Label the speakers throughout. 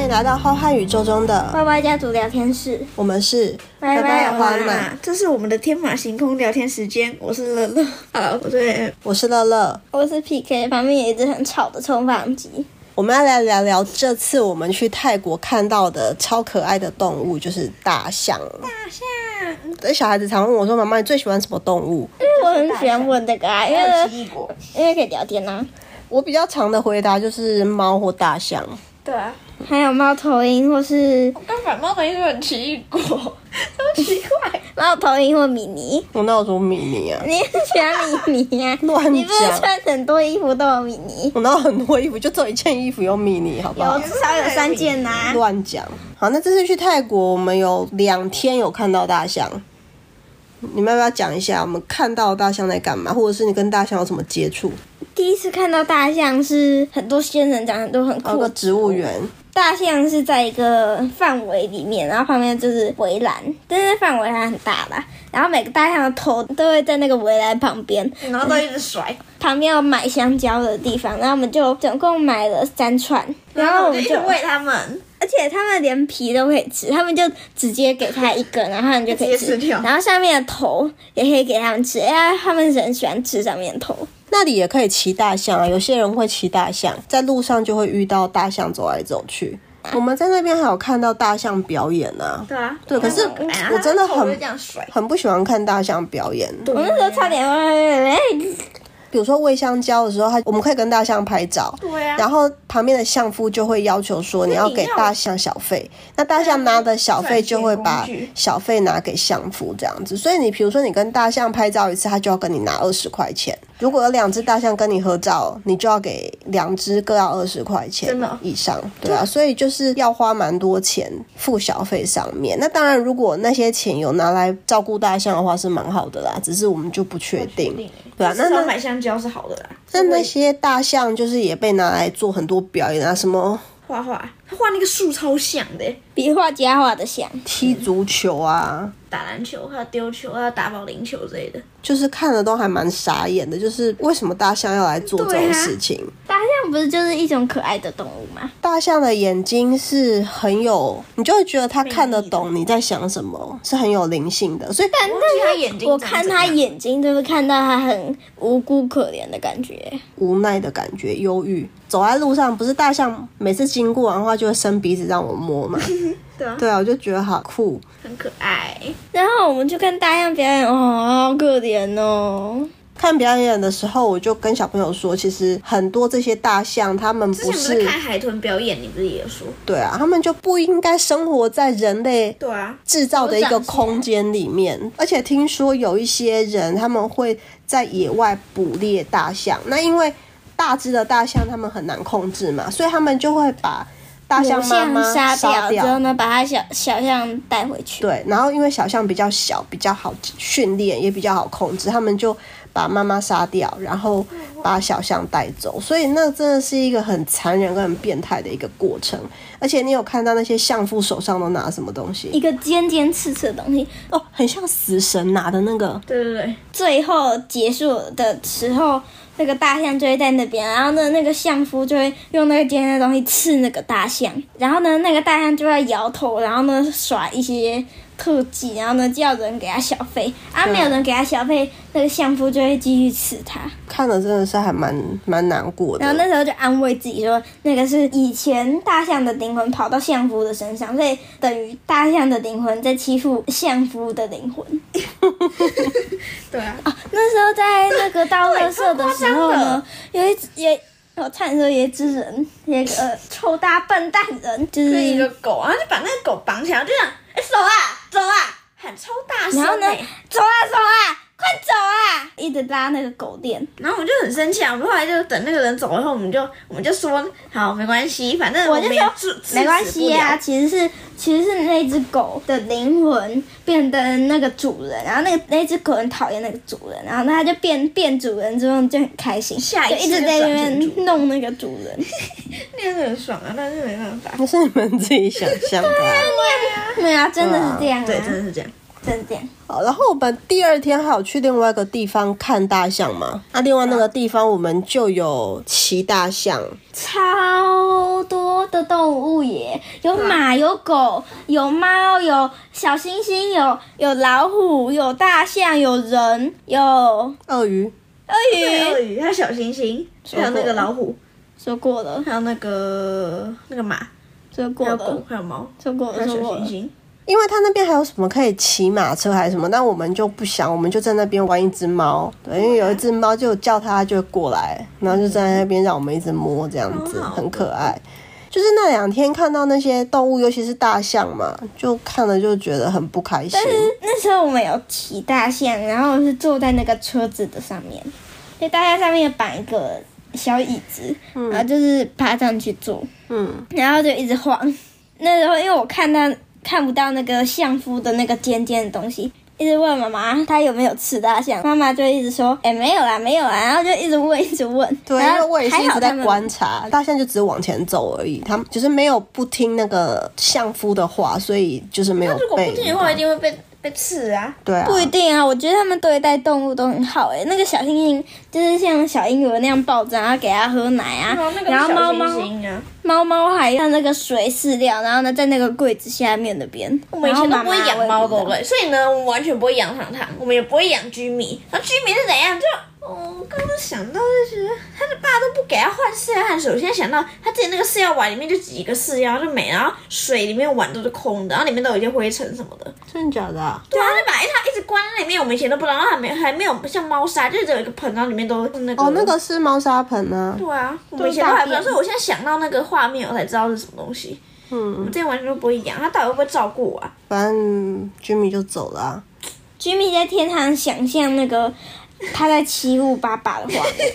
Speaker 1: 迎来到浩瀚宇宙中的
Speaker 2: 歪歪家族聊天室，
Speaker 1: 我们是
Speaker 2: 拜拜
Speaker 1: 拜花
Speaker 2: 花妈
Speaker 1: 妈，
Speaker 2: 妈
Speaker 3: 这是我们的天马行空聊天时间，我是乐 乐。好了，我对
Speaker 1: 我是乐乐，
Speaker 2: 我是 PK，旁边有一只很吵的冲浪机，
Speaker 1: 我们要来聊聊这次我们去泰国看到的超可爱的动物，就是大象。
Speaker 3: 大象，
Speaker 1: 这小孩子常问我说：“妈妈，你最喜欢什么动物
Speaker 2: 因
Speaker 3: 嗯
Speaker 2: 为我很喜欢问这个啊，因
Speaker 3: 还有
Speaker 2: 为
Speaker 3: 奇异果，
Speaker 2: 因为可以聊天啊，？”
Speaker 1: 我比较常的回答就是猫或大象。
Speaker 3: 对啊，
Speaker 2: 还有猫头鹰或是
Speaker 3: 我刚把猫头鹰说很奇异果， 超奇怪。
Speaker 2: 猫头鹰或米妮，
Speaker 1: 我那有说米妮啊，
Speaker 2: 你很喜欢米妮 啊？
Speaker 1: 乱
Speaker 2: 你不是
Speaker 1: 讲。
Speaker 2: 穿很多衣服都有米妮？
Speaker 1: 我那有很多衣服，就只有一件衣服有米妮，好不好
Speaker 3: 哦
Speaker 2: 有？至少有三件呐、啊。
Speaker 1: 乱讲。好，那这次去泰国，我们有两天有看到大象。你们要不要讲一下我们看到大象在干嘛，或者是你跟大象有什么接触？
Speaker 2: 第一次看到大象是很多仙人掌，很多很
Speaker 1: 有
Speaker 2: 酷
Speaker 1: 个
Speaker 2: 的
Speaker 1: 植物。园，
Speaker 2: 大象是在一个范围里面，然后旁边就是围栏，但是范围还很大啦。然后每个大象的头都会在那个围栏旁边，
Speaker 3: 然后都一直甩，
Speaker 2: 旁边有买香蕉的地方，然后我们就总共买了三串，然后我们
Speaker 3: 一
Speaker 2: 就
Speaker 3: 直，喂它们，
Speaker 2: 而且他们连皮都可以吃，他们就直接给它一个，然后他们就可以
Speaker 3: 直接
Speaker 2: 吃
Speaker 3: 吃，掉
Speaker 2: 然后上面的头也可以给他们吃，因为他们是很喜欢吃上面的头。
Speaker 1: 那里也可以骑大象啊。有些人会骑大象，在路上就会遇到大象走来走去。我们在那边还有看到大象表演啊，
Speaker 3: 对啊，
Speaker 1: 对可是
Speaker 3: 然后哎呀
Speaker 1: 我真的
Speaker 3: 它头
Speaker 1: 很
Speaker 3: 就这样甩，
Speaker 1: 很不喜欢看大象表演。
Speaker 2: 我那时候差点，哎，
Speaker 1: 比如说喂香蕉的时候，它我们可以跟大象拍照，
Speaker 3: 对啊，
Speaker 1: 然后旁边的象夫就会要求说你要给大象小费，那大象拿的小费就会把
Speaker 3: 赚钱工具
Speaker 1: 小费拿给象夫这样子。所以你比如说你跟大象拍照一次，他就要跟你拿二十块钱。如果有两只大象跟你合照，你就要给两只各要二十块钱
Speaker 3: 真的哦
Speaker 1: 以上，对啊，所以就是要花蛮多钱付小费上面。那当然，如果那些钱有拿来照顾大象的话，是蛮好的啦，只是我们就不确定，对啊，那
Speaker 3: 至少
Speaker 1: 那
Speaker 3: 买香蕉是好的啦。
Speaker 1: 那那些大象就是也被拿来做很多表演啊，什么
Speaker 3: 画画，他画那个树超像的耶，
Speaker 2: 比画家画的像。
Speaker 1: 踢足球啊，
Speaker 3: 打篮球，还有丢球，还有打保龄球之类的。
Speaker 1: 就是看了都还蛮傻眼的。就是为什么大象要来做这
Speaker 3: 对
Speaker 1: 种
Speaker 3: 啊
Speaker 1: 事情？
Speaker 2: 大象不是就是一种可爱的动物吗？
Speaker 1: 大象的眼睛是很有，你就会觉得它看得懂你在想什么，是很有灵性的。所以
Speaker 3: 我忘记他眼睛
Speaker 2: 我
Speaker 3: 长
Speaker 2: 看
Speaker 3: 怎
Speaker 2: 它
Speaker 3: 样
Speaker 2: 眼睛，就是看到它很无辜可怜的感觉。
Speaker 1: 无奈的感觉、忧郁。走在路上，不是大象每次经过完的话就会伸鼻子让我摸嘛？
Speaker 3: 对啊，
Speaker 1: 对啊，我就觉得好酷。
Speaker 3: 很可爱。
Speaker 2: 然后我们就看大象表演，哦，好可怜哦。
Speaker 1: 看表演的时候，我就跟小朋友说，其实很多这些大象，它们
Speaker 3: 之前
Speaker 1: 不
Speaker 3: 不是看海豚表演，你不是也有说？
Speaker 1: 对啊，他们就不应该生活在人类
Speaker 3: 对啊，
Speaker 1: 制造的一个空间里面。而且听说有一些人他们会在野外捕猎大象，那因为大只的大象他们很难控制嘛，所以他们就会把大
Speaker 2: 母
Speaker 1: 象妈
Speaker 2: 象
Speaker 1: 妈
Speaker 2: 杀
Speaker 1: 杀
Speaker 2: 之后呢，把它小小象带回去。
Speaker 1: 对，然后因为小象比较小，比较好训练，也比较好控制，他们就把妈妈杀掉，然后把小象带走。所以那真的是一个很残忍跟很变态的一个过程。而且你有看到那些象夫手上都拿什么东
Speaker 2: 一
Speaker 1: 西？
Speaker 2: 个尖尖刺刺的东西，
Speaker 1: 哦，很像死神拿的那个。
Speaker 3: 对对对，
Speaker 2: 最后结束的时候，那个大象就会在那边，然后呢，那个象夫就会用那个尖尖的东西刺那个大象，然后呢，那个大象就会摇头，然后呢耍一些特技，然后呢叫人给他小费，啊，没有人给他小费，那个象夫就会继续刺他，
Speaker 1: 看了真的是还蛮蛮难过
Speaker 2: 然后那
Speaker 1: 的。
Speaker 2: 时候就安慰自己说，那个是以前大象的灵魂跑到象夫的身上，所以等于大象的灵魂在欺负象夫的灵魂。
Speaker 3: 对啊，
Speaker 2: 那时候在那个倒垃圾的时候 呢，有一只也，我差点说有一只人，有一个、呃、臭大笨蛋人，就是
Speaker 3: 跟一个狗，然后就把那个狗绑起来，就这样，哎、走啊，走啊，喊超大声、
Speaker 2: 然后呢
Speaker 3: 哎，
Speaker 2: 走啊走啊，快走啊，一直拉那个狗链。
Speaker 3: 然后我们就很生气啊，我们后来就等那个人走了以后，我们就我们就说好，没关系，反正
Speaker 2: 我就
Speaker 3: 们也
Speaker 2: 说
Speaker 3: 制制
Speaker 2: 没关
Speaker 3: 止
Speaker 2: 系
Speaker 3: 不
Speaker 2: 啊，
Speaker 3: 了
Speaker 2: 其实是其实是那只狗的灵魂变得那个主人，然后那个那只狗很讨厌那个主人，然后它就变变主人之后就很开心，
Speaker 3: 下
Speaker 2: 就
Speaker 3: 一次
Speaker 2: 一直在那
Speaker 3: 就转成主
Speaker 2: 边弄那个主人。
Speaker 3: 那样子很爽啊，但是没办法，
Speaker 1: 那是你们自己想象的啊、
Speaker 2: 对啊，真的是这样啊。
Speaker 3: 对，真的是这样。
Speaker 2: 真这样。
Speaker 1: 好，然后我们第二天还有去另外一个地方看大象嘛？那、另外那个地方我们就有骑大象，
Speaker 2: 超多的动物耶，有
Speaker 3: 啊
Speaker 2: 马，有狗，有猫，有小猩猩，有有老虎，有大象，有人，有哎鳄
Speaker 1: 鳄鱼，
Speaker 3: 对鳄
Speaker 2: 鱼。
Speaker 3: 鱼，还有小星星，还有那个老虎，
Speaker 2: 说过了，
Speaker 3: 还有那个那个马，
Speaker 2: 说
Speaker 3: 还
Speaker 2: 过了
Speaker 3: 有狗，，还有猫，
Speaker 2: 说过
Speaker 3: 还
Speaker 2: 了，
Speaker 3: 有小
Speaker 2: 说过
Speaker 3: 星
Speaker 2: 了。
Speaker 3: 星。
Speaker 1: 因为它那边还有什么可以骑马车还是什么，那我们就不想，我们就在那边玩一只猫，对，因为有一只猫就叫它，它就会过来，然后就站在那边让我们一直摸，这样子
Speaker 3: 嗯好好
Speaker 1: 很可爱。就是那两天看到那些动物，尤其是大象嘛，就看了就觉得很不开心。
Speaker 2: 那时候我们有骑大象，然后是坐在那个车子的上面，就大象上面绑一个小椅子，然后就是爬上去坐。
Speaker 1: 嗯，
Speaker 2: 然后就一直晃。那时候因为我看到看不到那个相夫的那个尖尖的东西，一直问妈妈她有没有吃大象，妈妈就一直说哎、没有啦没有啦，然后就一直问一直问。
Speaker 1: 对，因
Speaker 2: 然
Speaker 1: 为
Speaker 2: 后
Speaker 1: 我也是一
Speaker 2: 还好
Speaker 1: 直在
Speaker 2: 他们
Speaker 1: 观察，大象就只往前走而已，它就是没有不听那个相夫的话，所以就是没有
Speaker 3: 如果
Speaker 1: 被。
Speaker 3: 不听的话，一定会被被刺啊。
Speaker 1: 对啊，
Speaker 2: 不一定啊，我觉得他们对待动物都很好诶、那个小猩猩就是像小婴儿那样抱着，然后给它喝奶啊，
Speaker 3: 哦
Speaker 2: 然后猫猫
Speaker 3: 啊，
Speaker 2: 猫猫还像那个水饲料，然后呢在那个柜子下面那边。
Speaker 3: 我们以前都不会养猫狗
Speaker 2: 狗
Speaker 3: 的，所以呢，我们完全不会养糖糖，我们也不会养居民。然后居民是怎样？就哦我刚刚想到就觉得他的爸都不给他换饲料和水，我现在想到他自己那个饲料碗里面就几个饲料就没了，然后水里面碗都是空的，然后里面都有一些灰尘什么的。
Speaker 1: 真的假的、啊？
Speaker 3: 对啊，他就把它一直关在里面，我们以前都不知道，然后还没还没有像猫砂，就是只有一个盆，然后里面都是那个
Speaker 1: 哦，那个是猫砂盆啊。
Speaker 3: 对啊，我们以前都还不知道，所以我现在想到那个画面，我才知道是什么东西。我
Speaker 1: 嗯，
Speaker 3: 们之前完全都不会养，他到底会不会照顾我啊？
Speaker 1: 反正 Jimmy 就走了、啊。
Speaker 2: Jimmy 在天堂想象那个他在欺负爸爸的画面，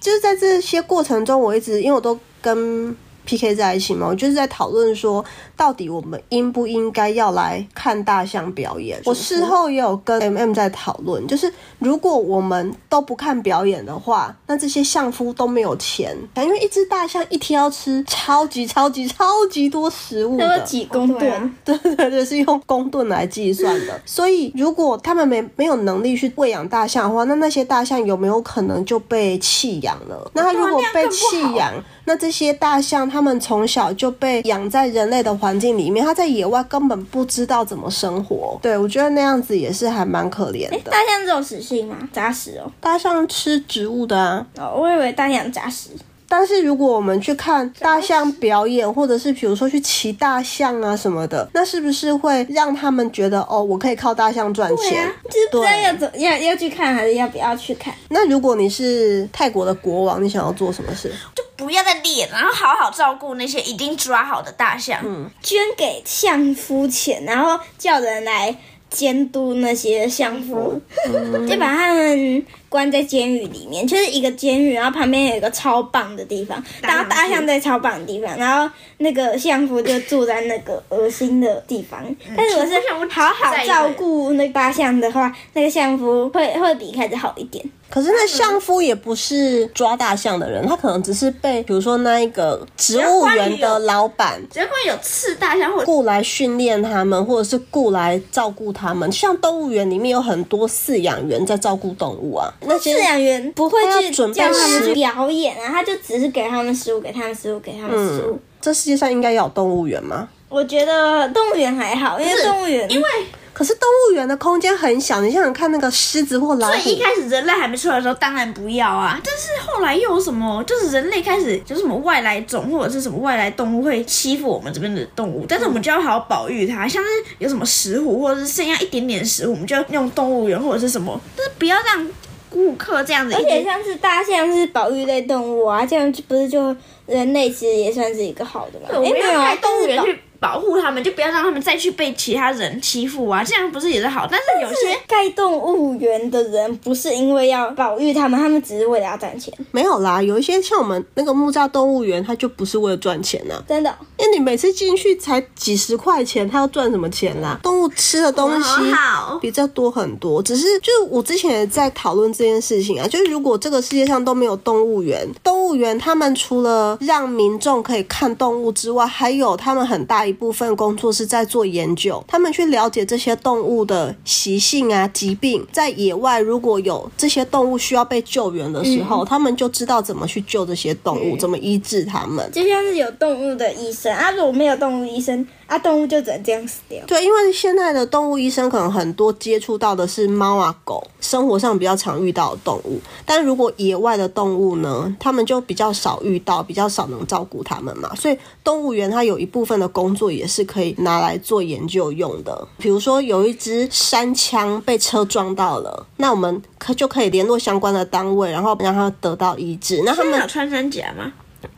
Speaker 1: 就是在这些过程中，我一直因为我都跟 PK 在一起嘛，我就是在讨论说，到底我们应不应该要来看大象表演？我事后也有跟 MM 在讨论，就是如果我们都不看表演的话，那这些相夫都没有钱，因为一只大象一天要吃超级超级超级多食物
Speaker 2: 那
Speaker 1: 的
Speaker 2: 有。几公吨、
Speaker 3: 对 啊
Speaker 1: 对对对，是用公吨来计算的。所以如果他们没没有能力去喂养大象的话，那那些大象有没有可能就被弃养了？那它如果被弃
Speaker 3: 对
Speaker 1: 养，那这些大象它们从小就被养在人类的环境里面，它在野外根本不知道怎么生活。对我觉得那样子也是还蛮可怜
Speaker 2: 诶
Speaker 3: 啊
Speaker 1: 的。
Speaker 2: 大象只有食性吗？杂食哦。
Speaker 1: 大象吃植物的啊。
Speaker 2: 哦，我以为大象杂食。
Speaker 1: 但是如果我们去看大象表演，或者是比如说去骑大象啊什么的，那是不是会让他们觉得哦，我可以靠大象赚
Speaker 3: 对
Speaker 1: 钱
Speaker 3: 啊？
Speaker 2: 就是不知道
Speaker 1: 对
Speaker 2: 要怎要要去看还是要不要去看。
Speaker 1: 那如果你是泰国的国王，你想要做什么事？
Speaker 3: 就不要再猎，然后好好照顾那些已经抓好的大象。嗯，
Speaker 2: 捐给相夫钱，然后叫人来监督那些相夫，
Speaker 1: 嗯
Speaker 2: 就把他们关在监狱里面，就是一个监狱，然后旁边有一个超棒的地方，然后大象在超棒的地方，然后那个相夫就住在那个恶心的地方。
Speaker 1: 嗯
Speaker 2: 但是我是
Speaker 3: 我想我只
Speaker 2: 好好
Speaker 3: 在意
Speaker 2: 照顾那大象的话，那个相夫会会比一开始好一点。
Speaker 1: 可是那相夫也不是抓大象的人，他可能只是被比如说那一个植物园的老板。
Speaker 3: 只要会有刺大象或者
Speaker 1: 雇来训练他们，或者是雇来照顾他们，像动物园里面有很多饲养员在照顾动物啊。那些
Speaker 2: 饲养员不会
Speaker 1: 他要
Speaker 2: 去
Speaker 1: 准备
Speaker 2: 叫他们
Speaker 1: 食
Speaker 2: 去
Speaker 1: 物
Speaker 2: 表演啊，他就只是给他们食物，给他们食物，给他们食物。
Speaker 1: 嗯，这世界上应该要有动物园吗？
Speaker 2: 我觉得动物园还好，因为动物园
Speaker 3: 因为
Speaker 1: 可是动物园的空间很小，你想想看，那个狮子或老虎
Speaker 3: 最，一开始人类还没出来的时候，当然不要啊。但是后来又有什么，就是人类开始就是什么外来种或者是什么外来动物会欺负我们这边的动物，但是我们就要好好保育它。像是有什么石虎或者是剩下一点点石虎，我们就用动物园或者是什么，就是不要让顾客这样子一
Speaker 2: 而
Speaker 3: 直。
Speaker 2: 且像是大象是保育类动物啊，这样就不是就人类其实也算是一个好的嘛？
Speaker 3: 对我
Speaker 2: 诶
Speaker 3: 们
Speaker 2: 没有
Speaker 3: 要
Speaker 2: 啊
Speaker 3: 带，动物
Speaker 2: 但是
Speaker 3: 园
Speaker 2: 保
Speaker 3: 去保护他们，就不要让他们再去被其他人欺负啊，这样不是也是好？但是有些
Speaker 2: 盖动物园的人不是因为要保育他们，他们只是为了要赚钱，
Speaker 1: 没有啦，有一些像我们那个木栅动物园，它就不是为了赚钱
Speaker 3: 嗯
Speaker 1: 呐、啊，
Speaker 2: 真的。
Speaker 1: 因为你每次进去才几十块钱，它要赚什么钱啦？动物吃的东西
Speaker 3: 很好
Speaker 1: 比较多很多，只是就是我之前也在讨论这件事情啊，就是如果这个世界上都没有动物园，动物园他们除了让民众可以看动物之外，还有他们很大一一部分工作是在做研究，他们去了解这些动物的习性啊、疾病。在野外如果有这些动物需要被救援的时候，他们就知道怎么去救这些动物，怎么医治它们。
Speaker 2: 就像是有动物的医生啊，如果没有动物医生啊，动物就只能这样死掉。
Speaker 1: 对，因为现在的动物医生可能很多接触到的是猫啊、狗，生活上比较常遇到的动物。但如果野外的动物呢，他们就比较少遇到，比较少能照顾它们嘛。所以动物园它有一部分的工作也是可以拿来做研究用的。比如说有一只山枪被车撞到了，那我们可就可以联络相关的单位，然后让它得到医治。那他
Speaker 3: 他们
Speaker 1: 们
Speaker 3: 有穿山甲吗？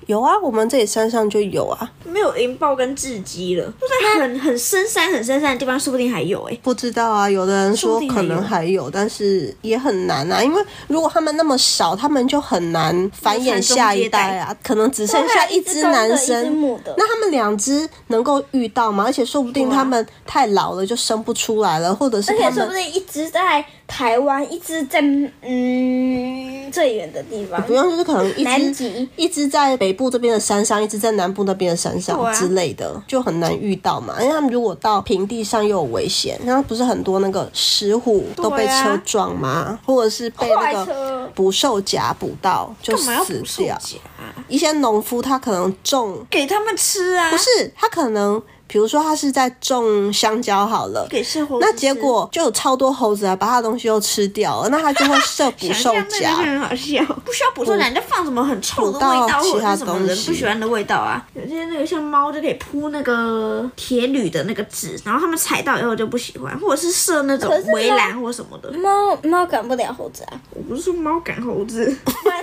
Speaker 1: 有啊，我们这里山上就有啊。
Speaker 3: 没有引爆跟雉鸡了，就在很很深山、很深山的地方，说不定还有哎、
Speaker 1: 不知道啊，有的人说可能还有，但是也很难啊，因为如果他们那么少，他们就很难繁衍下一代啊，可能只剩下一只男
Speaker 2: 啊一只
Speaker 1: 生。
Speaker 2: 母的，啊
Speaker 1: 那他们两只能够遇到吗？而且说不定他们太老了就生不出来了，或者是
Speaker 2: 而
Speaker 1: 他
Speaker 2: 且说不
Speaker 1: 们
Speaker 2: 定一只在台湾，一只在嗯最远的地方，
Speaker 1: 不用，就是可能一
Speaker 2: 南
Speaker 1: 只
Speaker 2: 极。
Speaker 1: 一只在北部这边的山上，一只在南部那边的山上
Speaker 3: 对啊
Speaker 1: 之类的，就很难遇到嘛。因为他们如果到平地上又有危险，然后不是很多那个石虎都被
Speaker 3: 对啊
Speaker 1: 车撞吗？或者是被那
Speaker 2: 快
Speaker 1: 个
Speaker 2: 车
Speaker 1: 捕兽夹捕到就
Speaker 3: 干嘛要
Speaker 1: 死
Speaker 3: 捕兽
Speaker 1: 掉。
Speaker 3: 夹啊？
Speaker 1: 一些农夫他可能种，
Speaker 3: 给他们吃啊？
Speaker 1: 不是他可能，比如说他是在种香蕉好了。
Speaker 3: 给是猴子吃
Speaker 1: 那结果就有超多猴子啊，把他的东西都吃掉了，那他就会射捕
Speaker 3: 想
Speaker 1: 兽
Speaker 3: 象那
Speaker 1: 夹
Speaker 3: 个就。很好笑，不需要捕兽夹，你就放什么很臭的味
Speaker 1: 捕
Speaker 3: 道
Speaker 1: 到
Speaker 3: 或
Speaker 1: 其
Speaker 3: 者
Speaker 1: 他
Speaker 3: 是什么
Speaker 1: 东
Speaker 3: 人
Speaker 1: 西
Speaker 3: 不喜欢的味道啊。有些那个像猫就可以铺那个铁铝的那个纸，然后他们踩到以后就不喜欢，或者是设那种
Speaker 2: 可是猫
Speaker 3: 围栏或什么的。
Speaker 2: 猫猫赶不了猴子啊，
Speaker 3: 我不是说猫赶猴子，
Speaker 2: 不然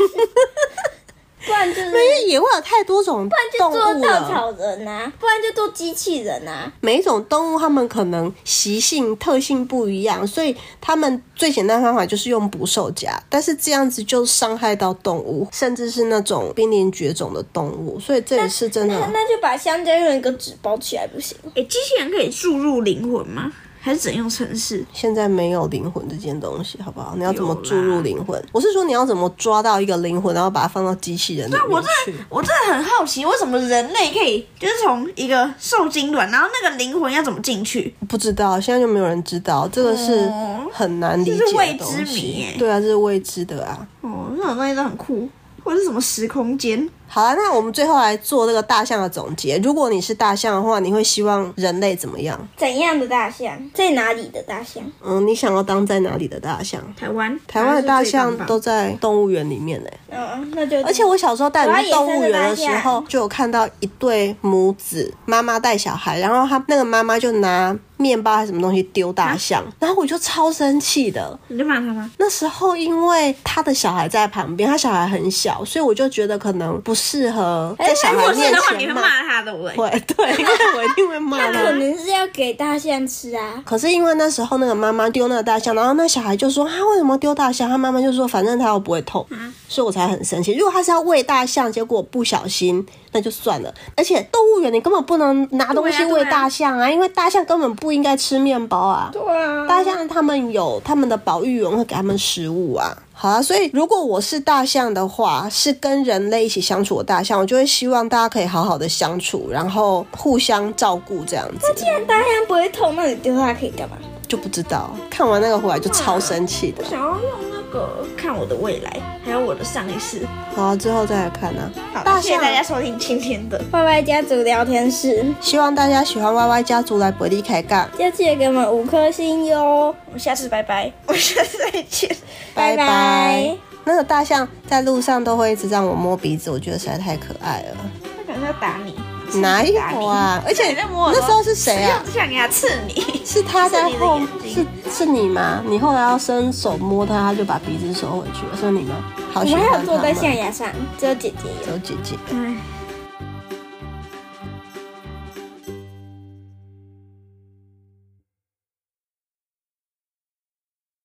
Speaker 2: 不然就是
Speaker 1: 因为野外有太多种
Speaker 2: 就
Speaker 1: 动
Speaker 2: 做
Speaker 1: 物
Speaker 2: 稻
Speaker 1: 了，
Speaker 2: 草人啊，不然就做机器人啊。
Speaker 1: 每一种动物它们可能习性特性不一样，所以它们最简单的方法就是用捕兽夹，但是这样子就伤害到动物，甚至是那种濒临绝种的动物，所以这也是真
Speaker 2: 那
Speaker 1: 的。
Speaker 2: 那就把香蕉用一个纸包起来不行？
Speaker 3: 哎，机器人可以注入灵魂吗？还是只能用城市？
Speaker 1: 现在没有灵魂这件东西，好不好？你要怎么
Speaker 3: 有啦
Speaker 1: 注入灵魂？我是说你要怎么抓到一个灵魂，然后把它放到机器人里
Speaker 3: 我
Speaker 1: 面
Speaker 3: 真
Speaker 1: 去
Speaker 3: 的，我真的很好奇，为什么人类可以就是从一个受精卵，然后那个灵魂要怎么进去？
Speaker 1: 不知道，现在就没有人知道，这个是
Speaker 3: 哦
Speaker 1: 很难理解
Speaker 3: 这是未
Speaker 1: 的
Speaker 3: 知
Speaker 1: 东
Speaker 3: 谜
Speaker 1: 西
Speaker 3: 耶。
Speaker 1: 对啊，这是未知的啊。
Speaker 3: 哦，那种东西都很酷，或者是什么时空间？
Speaker 1: 好了，那我们最后来做这个大象的总结。如果你是大象的话，你会希望人类怎么样？
Speaker 2: 怎样的大象？在哪里的大象？
Speaker 1: 嗯，你想要当在哪里的大象？
Speaker 3: 台湾，
Speaker 1: 台湾的大
Speaker 3: 是最棒
Speaker 1: 象
Speaker 3: 吧
Speaker 1: 都在动物园里面呢、
Speaker 2: 嗯，那就
Speaker 1: 而且我小时候带你去动物园的时
Speaker 2: 我要野生的
Speaker 1: 候
Speaker 2: 大，象
Speaker 1: 就有看到一对母子，妈妈带小孩，然后他那个妈妈就拿面包还是什么东西丢大象，然后我就超生气的。
Speaker 3: 你就骂他吗？
Speaker 1: 那时候因为他的小孩在旁边，他小孩很小，所以我就觉得可能不适合在小
Speaker 3: 哎如
Speaker 1: 孩
Speaker 3: 果是
Speaker 1: 面
Speaker 3: 的话，你
Speaker 1: 前
Speaker 3: 会
Speaker 1: 骂。
Speaker 3: 骂他，对不对？
Speaker 1: 会，对，因为我一定会 骂
Speaker 2: 可
Speaker 1: 他。
Speaker 2: 能是要给大象吃啊。
Speaker 1: 可是因为那时候那个妈妈丢那个大象，然后那小孩就说他为什么丢大象？他妈妈就说反正他又不会痛，
Speaker 2: 嗯
Speaker 1: 所以我才很生气。如果他是要喂大象，结果不小心，那就算了。而且动物园你根本不能拿东西
Speaker 3: 对啊
Speaker 1: 喂
Speaker 3: 对啊
Speaker 1: 大象啊，因为大象根本不应该吃面包啊。
Speaker 2: 对啊
Speaker 1: 大象他们有他们的保育员会给他们食物啊。好啊，所以如果我是大象的话，是跟人类一起相处的大象，我就会希望大家可以好好的相处，然后互相照顾这样子。
Speaker 2: 既然大象不会痛，那你丢它可以干嘛？
Speaker 1: 就不知道看完那个回来就超生气的。
Speaker 3: 想要用那个看我的未来，还有我的上一世。
Speaker 1: 好啊，之后再来看啊。
Speaker 3: 好，
Speaker 1: 大象
Speaker 3: 谢谢大家收听今天的。
Speaker 2: 拜拜家族聊天室，
Speaker 1: 希望大家喜欢 YY 家族来伯利开杠，
Speaker 2: 要记得给我们五颗星哟。
Speaker 3: 我们下次拜拜，我们下次再 见。
Speaker 1: 拜
Speaker 2: 拜
Speaker 1: 拜
Speaker 2: 拜。
Speaker 1: 那个大象在路上都会一直让我摸鼻子，我觉得实在太可爱了。
Speaker 3: 他可能要打你，
Speaker 1: 哪有啊？而且
Speaker 3: 你在摸我
Speaker 1: 那时候是谁啊？
Speaker 3: 想给他刺你。
Speaker 1: 是他在后
Speaker 3: 是你的
Speaker 1: 是
Speaker 3: 眼睛
Speaker 1: 是你吗？你后来要伸手摸他，他就把鼻子收回去了，是你吗？好
Speaker 2: 我
Speaker 1: 喜
Speaker 2: 们
Speaker 1: 欢
Speaker 2: 还
Speaker 1: 他
Speaker 2: 有坐在
Speaker 1: 吗
Speaker 2: 象牙上，只有姐姐有。
Speaker 1: 有姐姐。
Speaker 3: 哎，